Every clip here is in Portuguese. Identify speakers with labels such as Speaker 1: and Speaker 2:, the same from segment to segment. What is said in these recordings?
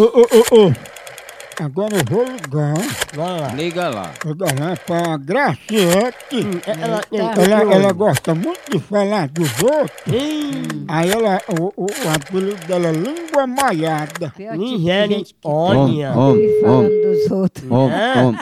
Speaker 1: Ô, ô, ô, ô. Agora eu vou ligar. Vai lá.
Speaker 2: Liga lá.
Speaker 1: Vou ligar pra Graciete.
Speaker 3: ela tá
Speaker 1: ela, ela gosta muito de falar dos outros. Aí ela, o, o, o apelido dela é Língua Maiada.
Speaker 4: Pior tipo de
Speaker 3: Nigéria,
Speaker 4: gente que
Speaker 3: olha.
Speaker 2: Ó, ó.
Speaker 4: vive falando dos outros.
Speaker 2: Om,
Speaker 3: É?
Speaker 2: om.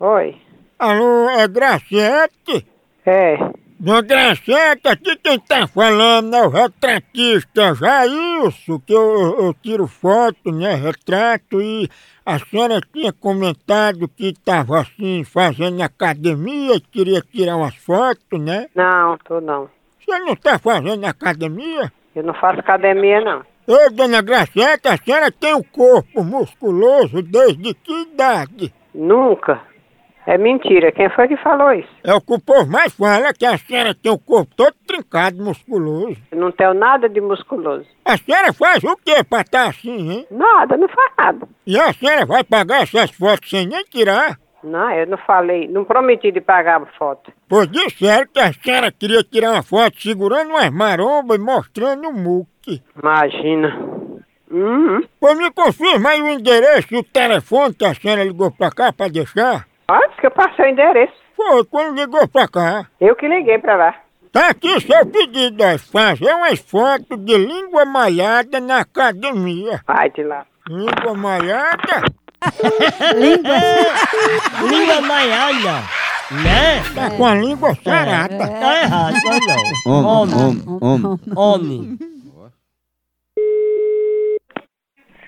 Speaker 5: Oi.
Speaker 1: Alô, é Graciete?
Speaker 5: É.
Speaker 1: Dona Graciete, aqui quem tá falando é o retratista Jailson, que eu, eu- eu tiro foto, né, retrato, e a senhora tinha comentado que estava assim, fazendo academia, e queria tirar umas fotos, né?
Speaker 5: Não, tô não.
Speaker 1: Você não tá fazendo academia?
Speaker 5: Eu não faço academia, não.
Speaker 1: Ô, Dona Graciete, a senhora tem um corpo musculoso desde que idade?
Speaker 5: Nunca. É mentira. Quem foi que falou isso?
Speaker 1: É o que o povo mais fala, que a senhora tem o corpo todo trincado, musculoso.
Speaker 5: Eu não tenho nada de musculoso.
Speaker 1: A senhora faz o quê pra estar assim, hein?
Speaker 5: Nada, não faz nada.
Speaker 1: E a senhora vai pagar essas fotos sem nem tirar?
Speaker 5: Não, eu não falei. Não prometi de pagar a foto.
Speaker 1: Pois disseram que a senhora queria tirar uma foto segurando umas marombas e mostrando o muque.
Speaker 5: Imagina. Hum,
Speaker 1: Pois me confirma aí o endereço e o telefone que a senhora ligou pra cá pra deixar.
Speaker 5: antes que eu passei o endereço.
Speaker 1: Foi quando ligou pra cá.
Speaker 5: Eu que liguei pra lá.
Speaker 1: Tá aqui seu pedido, ó. Fazer umas fotos de língua malhada na academia.
Speaker 5: Vai de lá.
Speaker 1: Língua malhada?
Speaker 3: Língua maiada. Né?
Speaker 1: Tá com a língua sarada.
Speaker 3: Tá errado, mas não.
Speaker 2: Om,
Speaker 3: Om.
Speaker 2: om, om.
Speaker 3: Homem.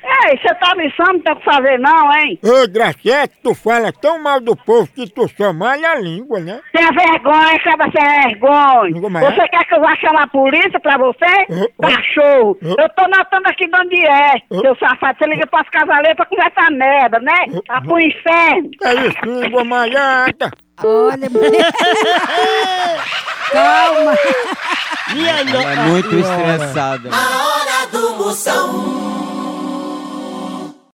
Speaker 6: Ei, você tá me chamando, não tem o que fazer não, hein?
Speaker 1: Ô, Graciete, tu fala tão mal do povo que tu só malha a língua, né?
Speaker 6: Tenha vergonha, acaba sem vergonha.
Speaker 1: Digo, mas-
Speaker 6: Você quer que eu vá chamar a polícia pra você?
Speaker 1: Hum, hum.
Speaker 6: Cachorro!
Speaker 1: Hum.
Speaker 6: Eu tô notando aqui de onde é,
Speaker 1: Hum.
Speaker 6: seu safado. Você liga pras cavaleiras pra conversar merda, né?
Speaker 1: Hum,
Speaker 6: Tá pro inferno.
Speaker 1: É isso, língua malhada.
Speaker 4: Olha, mulher. Calma.
Speaker 3: Minha
Speaker 2: Ela é
Speaker 3: nossa
Speaker 2: muito
Speaker 3: senhora.
Speaker 2: estressada.
Speaker 7: A hora do Moção.